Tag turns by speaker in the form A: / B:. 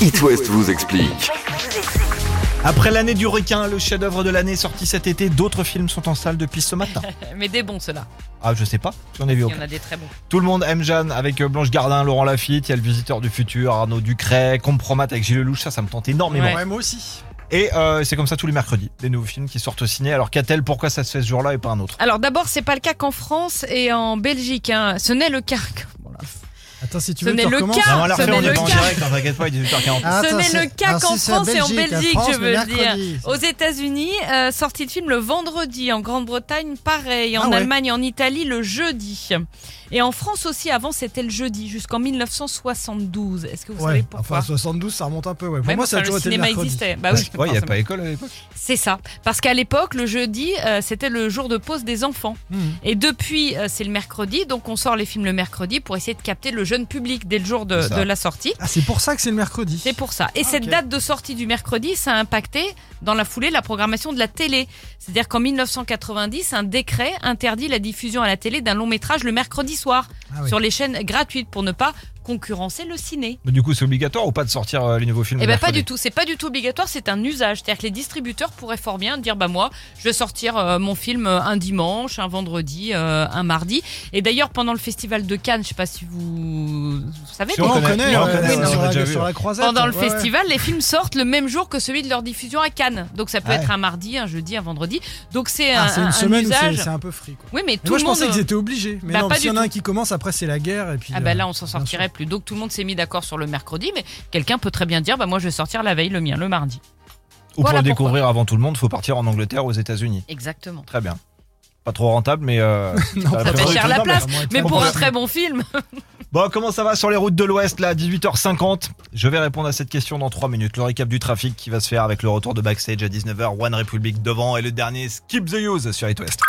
A: It West vous explique.
B: Après l'année du requin, le chef-d'œuvre de l'année sorti cet été, d'autres films sont en salle depuis ce matin.
C: Mais des bons, ceux-là.
B: Ah, je sais pas, j'en ai vu
C: Il y
B: aucun.
C: en a des très bons.
B: Tout le monde aime Jeanne avec euh, Blanche Gardin, Laurent Lafitte, il y a le Visiteur du Futur, Arnaud Ducret, Compromat avec Gilles Lelouch, ça, ça me tente énormément.
C: Ouais.
D: Ouais, moi aussi.
B: Et euh, c'est comme ça tous les mercredis, des nouveaux films qui sortent au ciné. Alors qu'a-t-elle Pourquoi ça se fait ce jour-là et pas un autre
C: Alors d'abord, c'est pas le cas qu'en France et en Belgique. hein. Ce n'est le cas. que- Voilà.
D: Attends, si tu
C: Ce
D: veux,
C: n'est
D: tu
C: le
D: recommences.
C: cas.
B: on l'a
C: ce
B: refait, on
C: n'est
B: est
C: le
B: pas en
C: cas.
B: direct, hein, t'inquiète pas, il est 18h40.
D: Ah,
C: Ce
D: attends,
C: n'est
D: c'est-
C: le cas
D: ah, si,
C: qu'en
D: c'est la
C: France et en
D: Belgique, la
C: Belgique,
D: France,
C: je
D: le
C: veux Oh,
D: mercredi.
C: Aux États-Unis, euh, sortie de film le vendredi, en Grande-Bretagne, pareil, en
D: Ah ouais.
C: Allemagne et en Italie, le jeudi. Et en France aussi, avant, c'était le jeudi, jusqu'en 1972. Est-ce que vous savez
D: Ouais,
C: pourquoi
D: enfin 72, ça remonte un peu. Ouais. Pour
C: Ouais,
D: moi,
C: mais
D: ça a
C: enfin,
D: toujours
C: le
D: été le
C: cinéma
D: mercredi.
C: existait. Bah oui,
B: Ouais, il n'y a
C: forcément.
B: pas école à l'époque.
C: C'est ça. Parce qu'à l'époque, le jeudi, euh, c'était le jour de pause des enfants.
D: Mhm.
C: Et depuis, euh, c'est le mercredi. Donc, on sort les films le mercredi pour essayer de capter le jeune public dès le jour de,
B: C'est ça.
C: de la sortie.
D: Ah, c'est pour ça que c'est le mercredi.
C: C'est pour ça. Et
D: Ah,
C: cette
D: ok.
C: date de sortie du mercredi, ça a impacté dans la foulée la programmation de la télé. C'est-à-dire qu'en 1990, un décret interdit la diffusion à la télé d'un long métrage le mercredi soir
D: Ah oui.
C: sur les chaînes gratuites pour ne pas concurrencer le ciné.
B: Mais du coup, c'est obligatoire ou pas de sortir euh, les nouveaux films
C: Eh
B: le
C: ben pas
B: mercredi
C: du tout, c'est pas du tout obligatoire, c'est un usage. C'est-à-dire que les distributeurs pourraient fort bien dire bah moi, je vais sortir euh, mon film euh, un dimanche, un vendredi, euh, un mardi. Et d'ailleurs pendant le festival de Cannes, je sais pas si vous, vous savez,
B: Si,
C: mais
D: Ouais, on connaît,
B: on
D: ouais,
B: connaît,
D: sur,
B: on l'a
D: la,
B: déjà vu,
D: sur la
B: ouais.
D: croisette.
C: pendant le
D: ouais, ouais.
C: festival, les films sortent le même jour que celui de leur diffusion à Cannes. Donc ça peut
D: Ah Ouais.
C: être un mardi, un jeudi, un vendredi. Donc c'est
D: Ah,
C: un,
D: c'est une
C: un
D: semaine où c'est
C: usage.
D: c'est un peu free. Quoi.
C: Oui, mais
D: Mais
C: tout
D: moi,
C: le
D: je
C: monde.
D: pensais qu'ils étaient obligés. Mais
C: Bah,
D: non,
C: pas
D: s'il y
C: du
D: en a un
C: tout.
D: qui commence, après, c'est la guerre. Et puis,
C: Ah
D: euh,
C: bah là on s'en
D: bien
C: sortirait plus. Donc tout le monde s'est mis d'accord sur le mercredi, mais quelqu'un peut très bien dire bah moi je vais sortir la veille le mien le mardi.
B: Ou pour le
C: Voilà pourquoi.
B: découvrir avant tout le monde, faut partir en Angleterre ou aux États-Unis.
C: Exactement.
B: Très bien. Pas trop rentable, mais. euh,
D: Non,
B: ça
C: Ça fait
B: prévu.
C: cher la
B: Non, mais-
C: place, mais
B: on
C: pour
B: peut
C: un
B: la-
C: très bon film.
B: Bon, comment ça va sur les routes de l'Ouest, là, 18h50 Je vais répondre à cette question dans 3 minutes. Le récap du trafic qui va se faire avec le retour de backstage à 19h, One Republic devant et le dernier Skip the Use sur It West.